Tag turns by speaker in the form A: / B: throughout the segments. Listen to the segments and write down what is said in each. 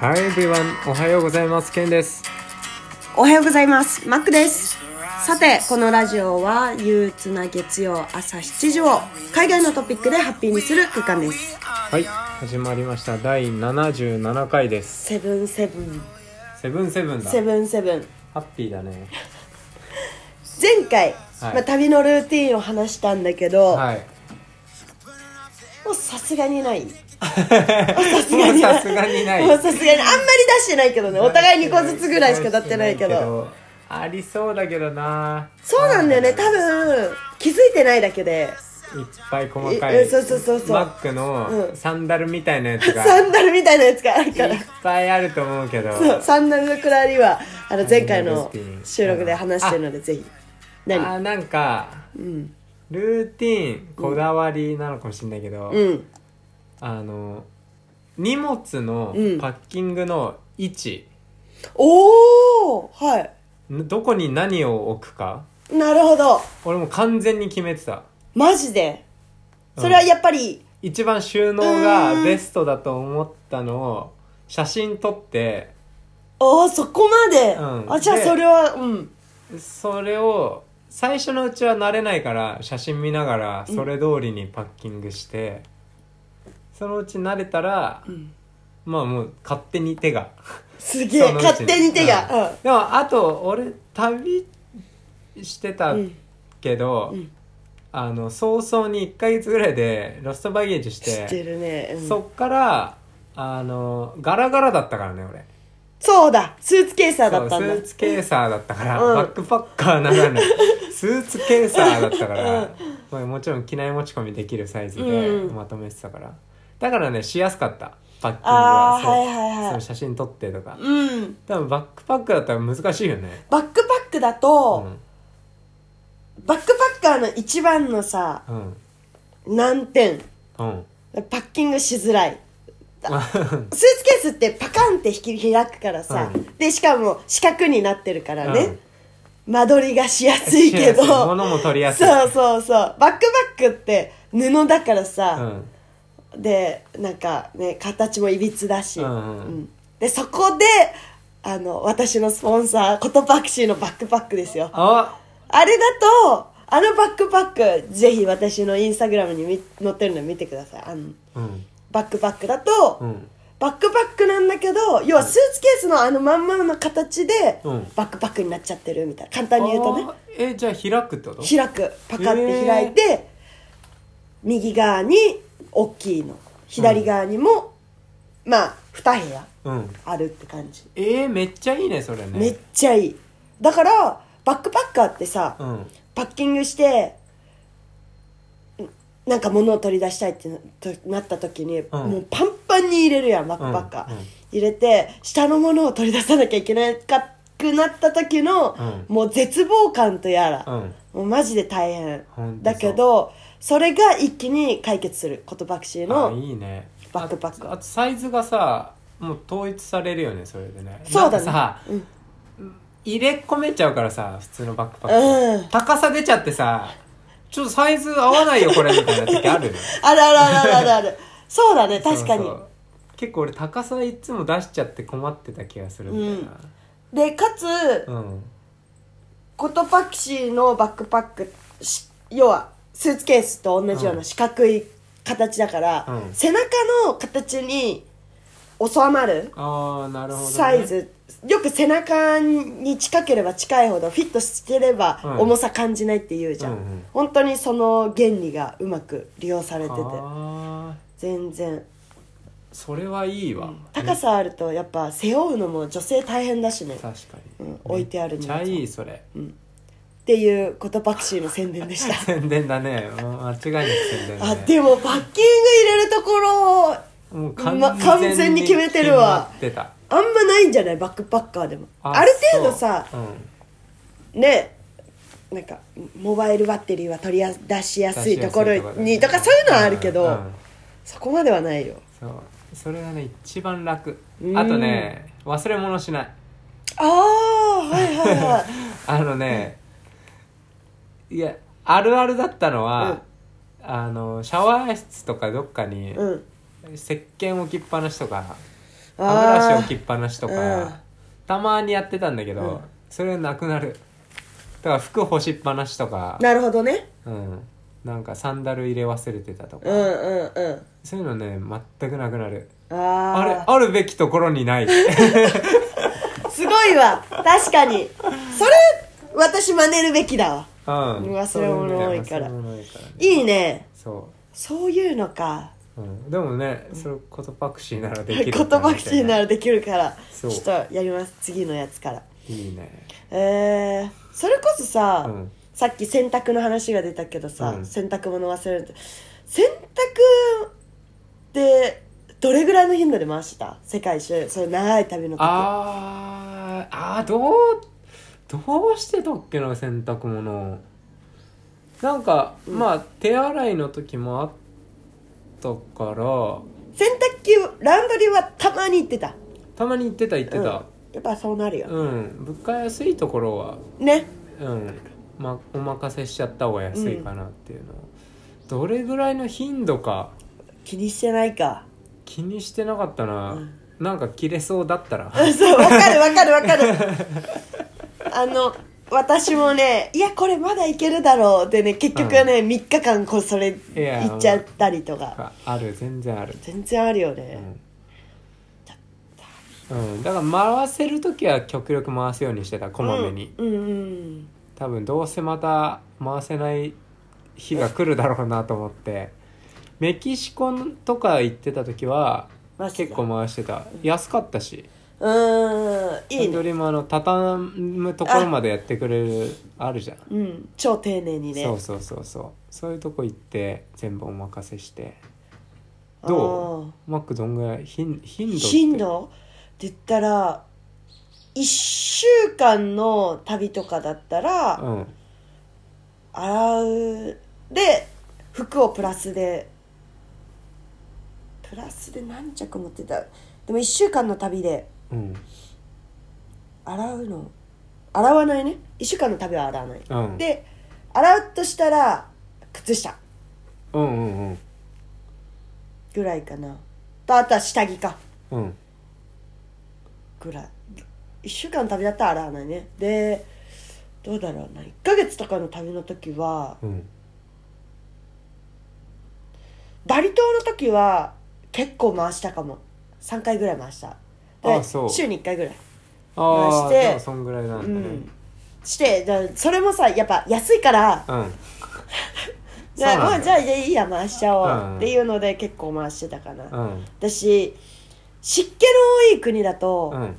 A: Hi everyone! おはようございます。ケンです。
B: おはようございます。マックです。さて、このラジオは憂鬱な月曜朝7時を海外のトピックでハッピーにする空間です。
A: はい、始まりました。第77回です。
B: セブンセブン、
A: セブンセブンだ。
B: セブンセブン。
A: ハッピーだね。
B: 前回、
A: はい
B: まあ、旅のルーティンを話したんだけど、
A: はい。
B: もうさすがにない。
A: もうさすがにない。
B: もうさすがに、あんまり出してないけどね。お互い2個ずつぐらいしか経ってないけど。。
A: ありそうだけどな。
B: そうなんだよね。多分、気づいてないだけで。
A: いっぱい細かい。
B: えそうそうそうそう
A: マックの
B: うん
A: サンダルみたいなやつが。
B: サンダルみたいなやつがあるから
A: いっ。ぱいあると思うけど。
B: そう、サンダルのくだりは、あの前回の
A: ルーティン
B: 収録で話してるので、ぜひ。何
A: あ、なんか、
B: うん。
A: ルーティン、こだわりなのかもしれないけど。
B: うん。
A: あの荷物の
B: うん
A: パッキングの位置、
B: おーは
A: どこに何を置くか
B: い。なるほど。
A: 俺もう完全に決めてた
B: マジで。それはやっぱり、
A: 一番収納がベストだと思ったのを写真撮って
B: ああ、そこまで。
A: うん
B: あ、じゃあ
A: で
B: それは、うん。
A: それを最初のうちは慣れないから写真見ながらそれ通りにパッキングして、そのうち慣れたら、
B: ん
A: まあもう勝手に手が
B: すげえ、
A: そのうち
B: 勝手に手が。
A: でもあと俺旅してた
B: うん。
A: けど、
B: うん
A: あの早々に1ヶ月ぐらいでロストバゲージし
B: 知
A: て
B: ってるね。うん
A: そっからあのガラガラだったからね俺
B: そうだ。スーツケーサーだ
A: そう
B: っ
A: ス
B: たんだ
A: ー。ツケーサーだったから、
B: うん
A: バックパッカーな らぬスーツケーサーだったから、
B: うん
A: まあ、もちろん機内持ち込みできるサイズで
B: うん
A: まとめてたから、だからねしやすかったパッキング
B: あ
A: は
B: ー
A: そう
B: はいはいはい
A: その写真撮ってとか、
B: うん。
A: 多分バックパックだったら難しいよね
B: バックパックだ
A: う
B: と、
A: ん
B: バックパッカーの一番のさ、
A: うん
B: 難点。
A: うん
B: パッキングしづらい。スーツケースってパカンって引き開くからさ、
A: うん
B: でしかも四角になってるからね、
A: うん
B: 間取りがしやすいけ ど
A: しやすい物も取りやすい
B: そうそうそうバックバックって布だから
A: う
B: さ、
A: ん
B: でなんかね形もいびつだし、
A: うんうん
B: でそこであの私のスポンサーコトパクシーのバックパックですよ
A: あ
B: あれだとあのバックパックぜひ私のインスタグラムにみ載ってるの見てくださいあの
A: うん
B: バックパックだと、
A: うん
B: バックパックなんだけど要はスーツケースのあのまんまの形で
A: うん
B: バックパックになっちゃってるみたいな簡単に言うとね
A: あーえじゃあ開くってこと
B: 開くパカって開いて、右側に大きいの左側にも、まあ2部屋
A: うん
B: あるって感じ、
A: えー、めっちゃいいねそれね
B: めっちゃいいだからバックパッカーってさ、
A: うん
B: パッキングしてんなんか物を取り出したいってなとなった時に、
A: ん
B: もうパンパンに入れるやんバックパッカー、
A: うんうん
B: 入れて下のものを取り出さなきゃいけなくなった時の、
A: う
B: もう絶望感とやら、
A: うん
B: もうマジで大変
A: ほんとそう
B: だけどそれが一気に解決するコトバクシー
A: あ
B: の
A: いいね
B: バックパック
A: あとサイズがさもう統一されるよねそれでね
B: そ
A: な
B: うだ
A: ん
B: ね
A: かさ
B: うん
A: 入れ込めちゃうからさ普通のバックパック、
B: うん
A: 高さ出ちゃってさちょっとサイズ合わないよこれみたいな時あるよ
B: あるあるあるあるあるそうだね 確かに
A: そうそう結構俺高さいつも出しちゃって困ってた気がするみたいな
B: でかつ、
A: うん
B: コトパクシーのバックパックし要はスーツケースと同じよう
A: うん
B: な四角い形だから、
A: うん
B: 背中の形に収まる
A: ああなるほど、ね、
B: サイズ、よく背中に近ければ近いほどフィットしてれば
A: うん
B: 重さ感じないって言うじゃん、
A: うんうん
B: 本当にその原理がうまく利用されてて
A: ああ
B: 全然
A: それはいいわ、
B: 高さあるとやっぱ背負うのも女性大変だしねっ
A: 確かに、
B: うん置いてある
A: め
B: 荷
A: っ
B: 物
A: ちゃいいそれ
B: ていうコトパクシーの宣伝 でした
A: 宣伝だねうん間違いなく宣伝だ
B: あ
A: ね
B: でもパッキング入れるところ
A: もう
B: ま完全に決めてるわ
A: 決まって
B: あんまないんじゃないバックパッカーでも
A: た
B: ある程度さ
A: そううん
B: ねなんかモバイルバッテリーは取りや出しやすいところ
A: 出しやすいところだね
B: にとかそういうのはあるけど、
A: うんうん
B: そこまではないよ
A: そうそれがね一番楽
B: うん
A: あとね忘れ物しない
B: ああはいはいはい
A: あのねいやあるあるだったのは、 あのシャワー室とかどっかに
B: うん
A: 石鹸置きっぱなしとか歯ブラシ置きっぱなしとか、
B: うん
A: たまにやってたんだけど、
B: うん
A: それなくなるだから服干しっぱなしとか、
B: なるほどね
A: うん、なんかサンダル入れ忘れてたとか、
B: うんうんうん
A: そういうのね全くなくなる
B: あ
A: あれ
B: ー
A: あるべきところに ない
B: すごいわ確かにそれ私真似るべきだわ
A: うん
B: 忘れ物多いから
A: そううのね忘れ物多いからね
B: いいね
A: そ
B: そういうのか
A: う、うん、でもねそれことパクシーならできる
B: 言葉口にな
A: る
B: らできるからち
A: そう
B: ょっとやります次のやつから
A: いいね
B: えー、それこそさ、
A: うん
B: さっき洗濯の話が出たけどさ、
A: うん
B: 洗濯物忘れるって洗濯ってどれぐらいの頻度で回した世界一周その長い旅の時
A: あーあーどうどうしてたっけな洗濯物なんか、
B: うん
A: まあ手洗いの時もあったから
B: 洗濯機ランドリーはたまに行ってた
A: たまに行ってた行ってた
B: やっぱそうなるよ、
A: うん、物価安いところは
B: ね
A: うん、ま、お任せしちゃった方が安いかなっていうの、どれぐらいの頻度か
B: 気にしてないか
A: 気にしてなかったな、
B: うん
A: なんか切れそうだったら
B: そうわかるわかるわかるあの私もねいやこれまだいけるだろうでね結局ね、3日間こうそれ
A: いや
B: 行っちゃったりとか
A: あある全然ある
B: 全然あるよね、
A: うん、うん、だから回せる時は極力回すようにしてたこまめに、
B: うんうんうん
A: 多分どうせまた回せない日が来るだろうなと思ってメキシコとか行ってた時は
B: マジだ
A: 結構回してた安かったし
B: うーんいい
A: ド
B: ね
A: リームあの畳むところまでやってくれるあるじゃん
B: うん超丁寧にね
A: そうそうそうそうそういうとこ行って全部お任せしてどうマックどんぐらい頻頻度って
B: あー頻度って言ったら1週間の旅とかだったら、
A: うん
B: 洗うで服をプラスでプラスで何着持ってたでも1週間の旅で
A: うん
B: 洗うの洗わないね1週間の旅は洗わない、
A: うん
B: で洗うとしたら靴下
A: うんうんうん
B: ぐらいかなとあとは下着か
A: うん
B: ぐらい1週間の旅だったら洗わないねでどうだろうな1ヶ月とかの旅の時は
A: うん
B: バリ島の時は結構回したかも3回ぐらい回したで
A: あそう
B: 週に1回ぐらい
A: ああ
B: 回して
A: でもそんぐらいなんだ
B: う
A: ね
B: んしてだそれもさやっぱ安いから
A: うん、
B: じゃあ
A: そうなんだ
B: まあじゃあいいや回しちゃ
A: う
B: お
A: ん
B: うっていうので結構回してたかな、
A: うん
B: だし湿気の多い国だと、
A: うん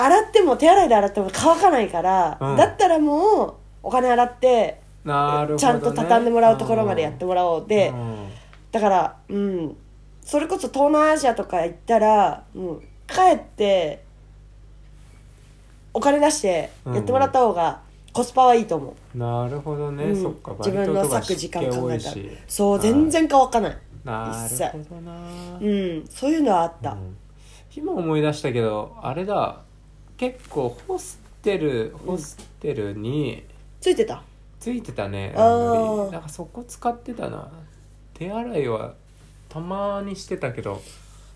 B: 洗っても手洗いで洗っても乾かないから、
A: うん
B: だったらもうお金洗って
A: なるほど、ね、
B: ちゃんと畳んでもらうところまでやってもらおうで、
A: うん
B: だからうんそれこそ東南アジアとか行ったらもう帰ってお金出してやってもらった方がコスパはいいと思う、
A: なるほどね、
B: うん
A: そっかバ
B: 自
A: イ
B: 分
A: ト
B: の
A: とか
B: 割く
A: 湿
B: 時
A: 気
B: 間考
A: 多
B: え
A: い
B: たら
A: し
B: そう全然乾かない
A: な
B: 一
A: る
B: 切
A: ほどな
B: うんそういうのはあった、
A: うん今思い出したけどあれだ結構ホステルホステルに
B: ついてた
A: ついてたね、
B: あー
A: ランドリーだからそこ使ってたな手洗いはたまにしてたけど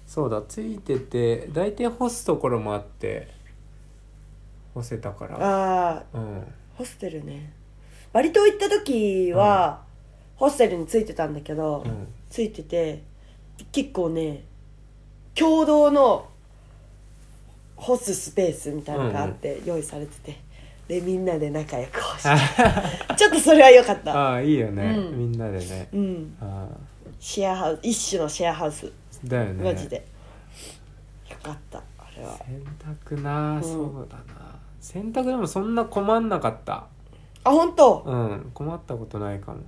A: そうだついてて大体干すところもあって干せたから
B: ああ
A: うん
B: ホステルね割と行った時は、ホステルについてたんだけど、
A: うん
B: ついてて結構ね共同の干すスペースみたいなのがあって、用意されててでみんなで仲良く干し てちょっとそれは良かった
A: ああいいよね、
B: うん
A: みんなでね
B: うん
A: ああ
B: シェアハウス一種のシェアハウス
A: だよね
B: マジで、よかったあれは
A: 洗濯な、
B: ん
A: そうだな洗濯でもそんな困んなかった
B: あ本当
A: うん困ったことないかも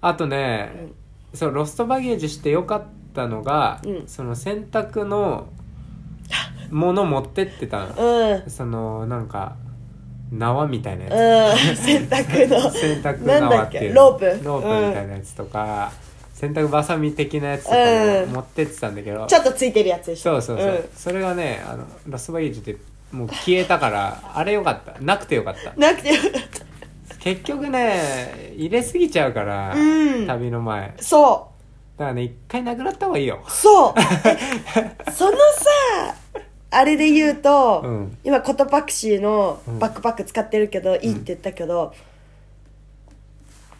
A: あとね、
B: うん
A: そうロストバゲージしてよかったのが、
B: うん
A: その洗濯のもの持ってってた の
B: うん、 うん、
A: そのなんか縄みたいなや
B: 洗濯の
A: つ、洗濯
B: なんだ
A: 縄
B: っ
A: って
B: け
A: いう
B: ロープ
A: ロープみたいなやつとか、洗濯バサミ的なやつと
B: う
A: かも
B: ん
A: 持ってってたんだけど、
B: ちょっとついてるやつでし
A: そ
B: ょ
A: うそうそう、それがねあのロストバゲージってもう消えたからあれよかったなくてよかった
B: ん、な くて
A: 結局ね入れすぎちゃうから、
B: うん
A: 旅の前だ
B: そう
A: からね一回なくなった方がいいよ
B: そうえそのさあれで言うと、
A: うん
B: 今コトパクシーの
A: うん
B: バックパック使ってるけど、いいって言ったけど、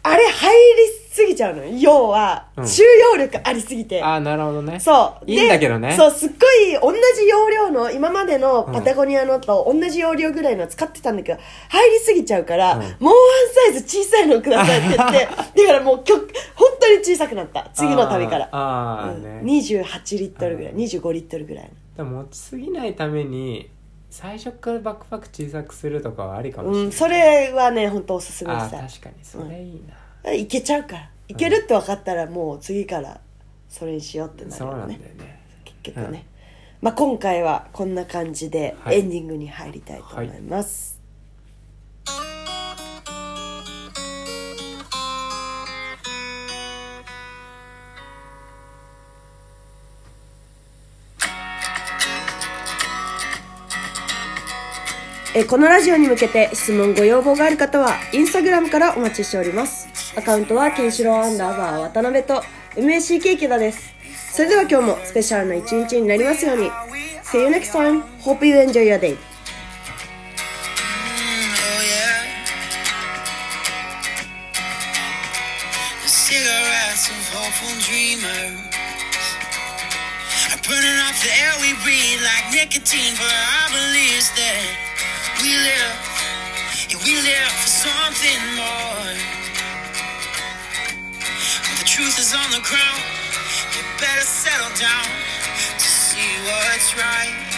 B: あれ入りすぎちゃうの要は、
A: うん
B: 収容力ありすぎて
A: ああなるほどね
B: そう
A: いいんだけどね
B: そうすっごい同じ容量の今までのパタゴニアのと同じ容量ぐらいの使ってたんだけど、入りすぎちゃうから、
A: うん
B: もうワンサイズ小さいのくださいって言って だからもうきょ本当に小さくなった次の旅から、
A: あーあ
B: う
A: ー
B: ん
A: ね、
B: 28リットルぐらい
A: あー
B: 25リットルぐらいの
A: でも持ちすぎないために最初からバックパック小さくするとかはありかもしれ
B: う
A: ない、
B: ん、それはね本当おすすめ
A: ああ
B: した
A: 確かにそれいいな、
B: いけちゃうからいけるって分かったらもう次からそれにしようってなる
A: そう
B: よ
A: なんだ
B: ね
A: よね
B: 結局ね、まあ、今回はこんな感じで
A: はい
B: エンディングに入りたいと思います、えこのラジオに向けて質問ご要望がある方はインスタグラムからお待ちしておりますアカウントはケンシロウアンダーバー渡辺と MACK 池田ですそれでは今日もスペシャルな一日になりますように See you next time Hope you enjoy your day
C: Oh yeah. The cigarettes of hopeful dreamers are burning off the air we breathe like nicotine for our beliefs that we live. Yeah, we live for something more. When the truth is on the ground. You better settle down to see what's right.